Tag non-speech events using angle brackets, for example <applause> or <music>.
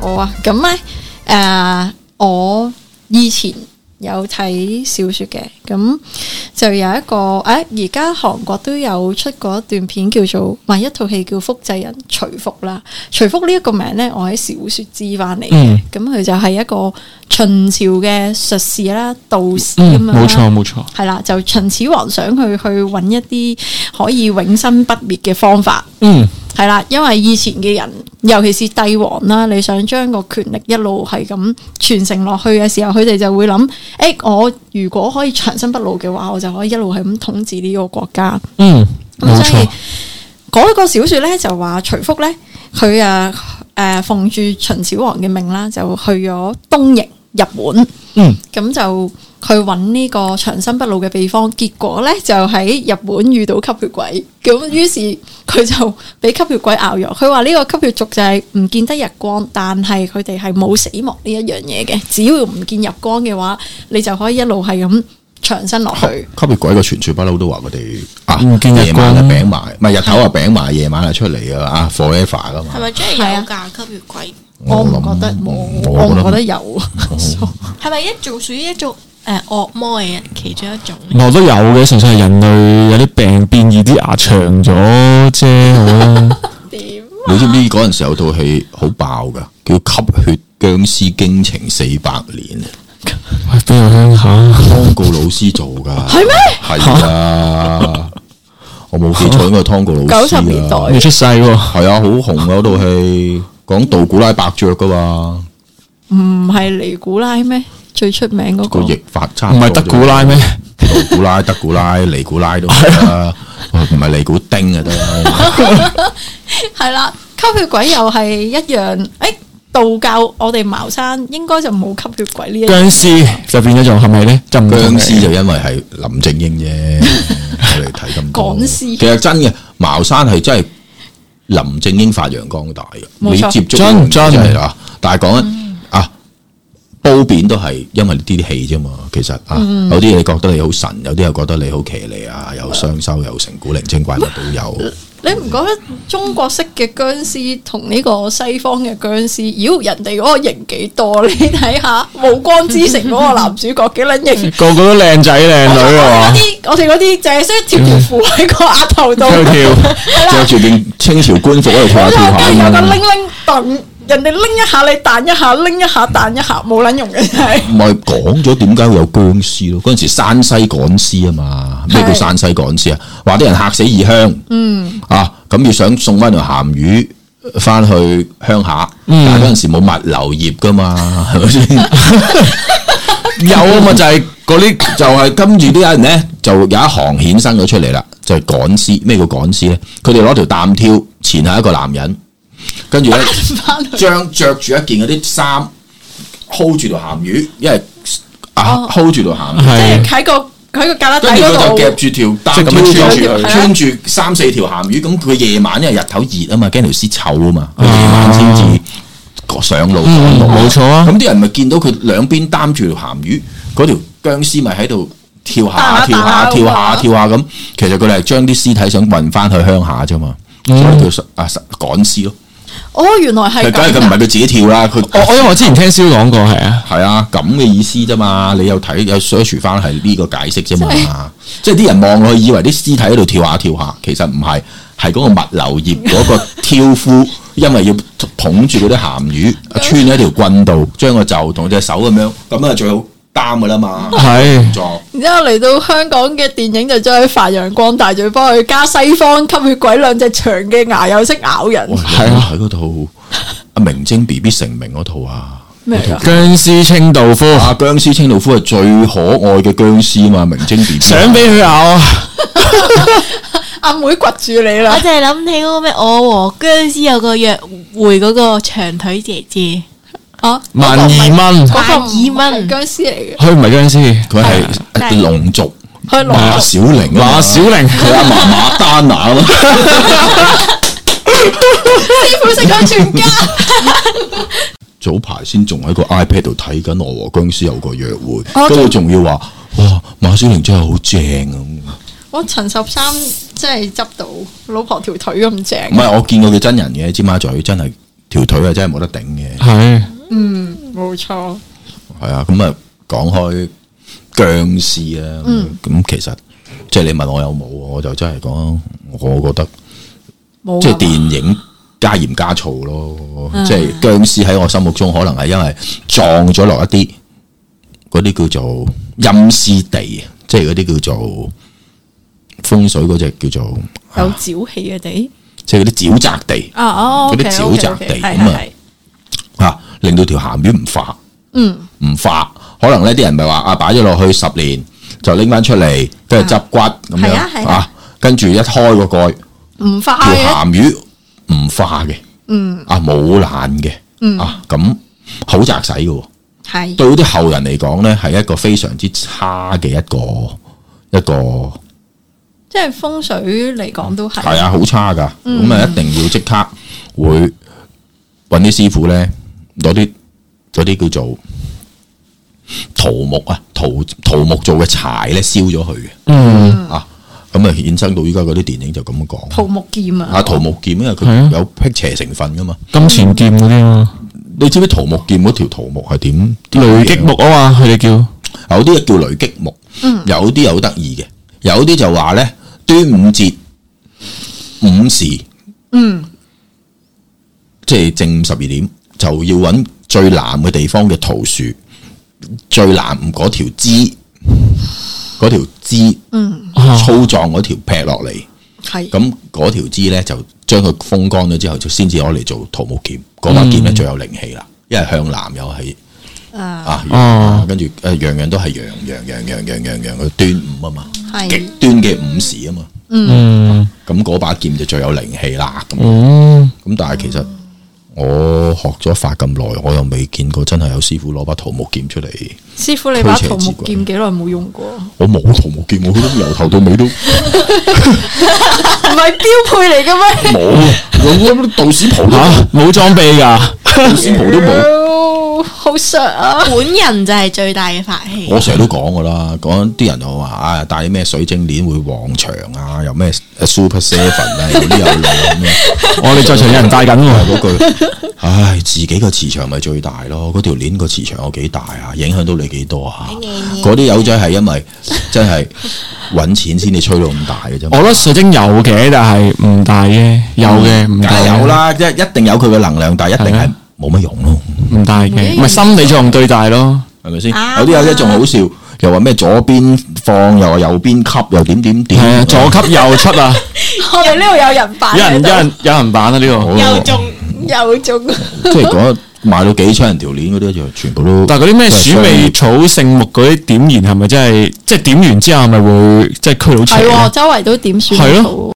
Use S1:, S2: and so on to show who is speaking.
S1: 啊，咁咧誒，我以前有睇小説嘅，咁就有一個誒，而家韓國都有出過一段片叫做，咪一套戲叫《複製人徐福》啦。徐福呢一個名咧，我喺小説知翻嚟嘅
S2: 嗯，
S1: 咁佢、就係一個秦朝嘅術士啦、道士咁
S2: 嗯，
S1: 樣
S2: 冇
S1: 啦。
S2: 錯冇錯，
S1: 系啦，就秦始皇想佢去揾一啲可以永生不滅嘅方法，
S2: 嗯
S1: 系啦，因為以前嘅人，尤其是帝王啦，你想將個權力一路係咁傳承落去嘅時候，佢哋就會諗：，诶、我如果可以長生不老嘅話，我就可以一路係咁統治呢個國家。
S2: 嗯，冇
S1: 咁所以
S2: 錯，
S1: 嗰個小说咧就話徐福咧，佢啊诶奉住秦始皇嘅命啦，就去咗東瀛日本。
S2: 嗯
S1: 咁就去揾呢個長生不老嘅秘方，結果呢，就喺日本遇到吸血鬼，咁於是佢就俾吸血鬼咬藥。佢話呢個吸血族就係唔見得日光，但係佢哋係冇死亡呢一樣嘢嘅，只要唔見日光嘅話，你就可以一路係咁長生落去。
S3: 吸血鬼個傳説不嬲都話佢哋啊，
S2: 唔見日
S3: 夜晚啊
S2: 光
S3: 餅埋，唔係日頭啊餅埋，夜晚啊出嚟啊啊 forever 噶嘛
S4: 係。咪真係有㗎吸血鬼？
S1: 我唔覺得冇，
S3: 嗯
S1: 我唔覺得有。
S4: 係咪一種屬於一種誒惡魔嘅其中一種咧？
S2: 我都有嘅，純粹係人類有啲病變異啲牙長咗啫，好啊啦，
S1: 點
S3: 你知唔知嗰陣時有套戲好爆噶，叫《吸血僵屍驚情四百年》，
S2: <laughs> 喂，俾我鄉下，
S3: 湯告老師做噶，係咩？係啊，我冇記錯應該係湯告老師啊。
S1: 90年代
S2: 未出世喎，
S3: 係啊，好紅啊嗰套戲，講道古拉伯爵噶嘛，
S1: 唔係尼古拉咩？最出名嗰、個
S3: 個譯法差
S2: 唔
S3: 多
S2: 係德古拉咩？
S3: 道古拉、德古拉、尼古拉都得啦，唔係尼古丁啊得
S1: <laughs>
S3: 啦。
S1: 係啦，吸血鬼又係一樣。誒、道教我哋茅山應該就冇吸血鬼呢一樣
S2: 僵屍就變咗做係咪咧？就唔同
S3: 僵屍
S2: 嘅
S3: 就因為係林正英啫，我哋睇咁多。
S1: 趕屍
S3: 其實真嘅，茅山係真係林正英發揚光大嘅。
S1: 冇
S3: 你
S1: 錯
S3: 接觸
S2: 真
S3: 就
S2: 真
S3: 係啊，但係講緊啊，褒貶都係因為呢啲戲啫嘛。其實啊，
S1: 嗯
S3: 有啲你覺得你好神，有啲又覺得你好騎呢啊，有雙修，有成古靈精怪乜都
S1: <laughs>
S3: 有。
S1: 你唔覺得中國式嘅僵屍同呢個西方嘅僵屍，妖人哋嗰個型幾多？你 <laughs> 睇下《暮光之城》嗰個男主角幾撚型？
S2: 個個都靚仔靚
S1: 我
S2: 女
S1: 哋嗰
S2: 啊！ <laughs>
S1: 啲我哋嗰啲就係識條條褲喺個額頭度，
S2: 喺度 <laughs> 跳
S1: 係
S3: 着
S1: 啦，
S3: 住件清朝官服喺度跳下
S1: 冇錯，跟
S3: 跳
S1: 住有
S3: 下
S1: 個
S3: 咁樣。
S1: 拎拎凳，人哋拎一下你彈一下，拎一下彈一下，冇撚用嘅真係。
S3: <laughs> 唔係講咗點解會有僵屍咯？嗰陣時山西趕屍啊嘛，咩叫
S1: 係
S3: 山西趕屍啊？話啲人嚇死異鄉，嗯啊，咁要想送翻條鹹魚翻去鄉下，但係嗰陣時冇物流業噶嘛，係咪先？ <laughs> 有啊嘛，就係嗰啲就係跟住啲人咧，就有一行衍生咗出嚟啦，就係趕屍。咩叫趕屍咧？佢哋攞條擔挑前下一個男人，跟住咧。
S1: 翻去
S3: 將着住一件嗰啲衫 hold 住條鹹魚，因為啊 hold 住條鹹魚，
S1: 即
S2: 係
S1: 係喺個哦嗯喺個旮旯底
S3: 跟住佢就夾
S1: 嗰度，
S3: 住條帶咁
S2: 即
S3: 樣
S2: 係
S3: 穿住
S1: 挑咗
S3: 佢，
S1: 佢
S3: 穿住三四條鹹魚。咁佢夜晚因為日頭熱啊嘛，驚條屍臭啊嘛，佢夜晚先至上路趕
S2: 嗯
S3: 路。
S2: 冇錯啊
S3: 咁啲人咪見到佢兩邊擔住條鹹魚，嗰條僵屍咪喺度。跳下
S1: 彈下彈
S3: 跳下
S1: 下
S3: 跳下
S1: 啊
S3: 跳下咁，其實佢哋係將啲屍體想運翻去鄉下啫嘛，所以叫啊趕屍咯。
S1: 哦，原來
S3: 其
S1: 係
S3: 實梗係佢
S1: 咁
S3: 唔係佢
S1: 啊。
S3: 自己跳啦，佢
S2: 我我因為我之前聽蕭講過係啊，
S3: 系啊，咁嘅意思啫嘛，你有睇有 search 翻係呢個解釋啫嘛，即係啲人望落去以為啲屍體喺度跳下跳下，其實唔係，係嗰個物流業嗰個挑夫，因為要捧住嗰啲鹹魚，穿咗一條棍度，將個袖同隻手咁樣，咁啊最好擔噶啦嘛， <laughs>
S2: 係
S3: 作
S1: 然之後嚟到香港嘅電影就將佢發揚光大，仲要幫佢加西方吸血鬼兩隻長嘅牙又識咬人
S3: 哇，
S2: 係啊
S3: 喺嗰套阿明晶 B B 成名嗰套啊。
S1: 咩啊？
S2: 僵屍清道夫，
S3: 啊！僵屍清道夫係最可愛嘅僵屍嘛，明晶 B B
S2: 想俾佢咬啊！
S1: 阿妹掘住你
S4: 我
S1: 啦！
S4: 就係諗起嗰個咩，我和僵屍有個約會嗰個長腿姐姐，
S1: 啊，
S2: 萬二蚊，
S1: 嗰個唔
S4: 萬二蚊
S1: 係僵屍嚟嘅，
S2: 佢唔係僵屍，
S3: 佢
S4: 但
S3: 係
S4: 係
S3: 龍族
S1: 佢落
S3: 馬小玲啊嘛
S2: 嗱，小玲
S3: 佢阿嫲馬丹娜啊嘛。
S1: 師傅食咗全家。
S3: 早排先仲喺個 iPad 度睇緊《我和僵屍有個約會》，
S1: 哦
S3: 跟住仲要話：哇，馬小玲真係好正啊咁。
S1: <laughs> 我陳十三真係執到老婆條腿咁正
S3: 唔，係我見過佢真人嘅，尖沙咀真係條腿啊真係冇得頂嘅。
S2: 系
S1: 嗯，冇錯。
S3: 系啊，咁啊，講開僵屍啊，咁、其實即係你問我有冇，我就真係講，我覺得
S1: 冇
S3: 即係
S1: 啊嗯
S3: 電影加鹽加醋咯，即係僵屍喺我心目中可能係因為撞咗落一啲嗰啲叫做陰屍地，即係嗰啲叫做風水嗰只叫做，
S1: 有沼氣嘅地
S3: 即係嗰啲沼澤地
S1: 啊哦，
S3: 嗰啲沼澤地咁啊啊，令到條鹹魚唔化。
S1: 嗯，
S3: 唔化，可能呢啲人咪話啊擺咗落去十年就拎翻出嚟，跟住執骨咁
S1: 係啊係
S3: 樣
S1: 啊
S3: 啊，跟住一開個蓋
S1: 唔啊化
S3: 條
S1: 嘅，
S3: 鹹魚唔化嘅，
S1: 嗯
S3: 啊冇爛嘅，啊咁好扎使嘅喎，
S1: 係
S3: 對嗰啲後人嚟講呢，係一個非常之差嘅一個一個
S1: 即係風水嚟講都係
S3: 係啊，好差噶，
S1: 嗯
S3: 咁啊一定要即刻會揾啲師傅呢，攞啲嗰啲叫做桃木啊，桃桃木做嘅柴呢，燒咗佢嘅。
S2: 嗯
S3: 啊，咁啊衍生到依家嗰啲電影就咁講。
S1: 桃木劍啊
S3: 啊，，桃木劍因為
S2: 係啊
S3: 佢有辟邪成分噶嘛，
S2: 金钱剑嗰啲啊，
S3: 你知唔知桃木劍嗰條桃木係點？
S2: 雷擊木啊嘛，佢哋叫
S3: 有啲叫雷擊木，有啲又好得意嘅，有啲就話咧端午節午時，嗯，即係正午十二點就要揾最南嘅地方嘅桃樹，最南嗰條枝，嗰條枝，嗯，
S2: 啊
S3: 粗壯嗰條劈落嚟。
S1: 係
S3: 咁嗰條枝咧就將佢風乾咗之後，就先至攞嚟做桃木劍。嗰把劍咧最有靈氣啦，因為向南又係
S1: 啊
S3: 啊，
S2: 哦
S3: 跟住誒樣樣都係陽陽陽陽陽陽陽嘅端午啊嘛，極
S1: 係
S3: 端嘅午時啊嘛，
S2: 嗯
S3: 咁嗰把劍就最有靈氣啦。咁
S2: 哦
S3: 咁但係其實我學咗法咁耐，我又未見過真係有師傅攞把桃木劍出嚟。
S1: 師傅，你把桃木劍幾耐冇用過？唔
S3: 我冇桃木劍，我都由頭到尾都。
S1: 係標配嚟嘅咩？
S3: 冇，我咁道士袍
S2: 吓
S3: 嚇，
S2: 冇裝備噶，
S3: 道士袍都冇。
S1: 冇，好削 <laughs> 啊！
S4: 本人就係最大嘅法器。
S3: 我成日都講噶啦，講啲人就話啊，戴啲咩水晶鏈會旺場啊，又咩 Super Seven 啊，有 <laughs> 啲有路咁樣。
S2: 我哋在場有人戴緊喎。
S3: 嗰句，唉，自己個磁場咪最大咯，嗰條鏈個磁場有幾大啊，影響到你幾多啊？嗰啲友仔係因為真係揾錢先至吹到咁大嘅啫嘛。
S2: 我覺得水晶有嘅，但係唔大嘅，哦有嘅唔
S3: 梗
S2: 大嘅啊
S3: 係有，啦，一一定有佢嘅能量，但係一定係冇乜用咯。
S2: 唔大嘅，唔係心理作用對大咯。
S3: 係咪先？
S4: 啊
S3: 有啲友仔仲好笑，又話咩左邊放，又話右邊吸，又點點
S2: 係啊，
S3: 點。
S2: 左吸右出啊，
S1: 我哋呢度有人扮
S2: 有人有人有人版啊呢
S3: 哦
S2: 個。
S4: 又中
S1: 有種
S3: 即係嗰買到幾千人條鏈嗰啲，就全部都。
S2: 但係嗰啲咩鼠尾草、聖木嗰 à 啲點燃係咪真係，即係點完之後係咪會即係驅到邪
S1: 係
S2: 呢？
S1: 喎，周圍都點算
S2: 係
S1: 好
S2: 咯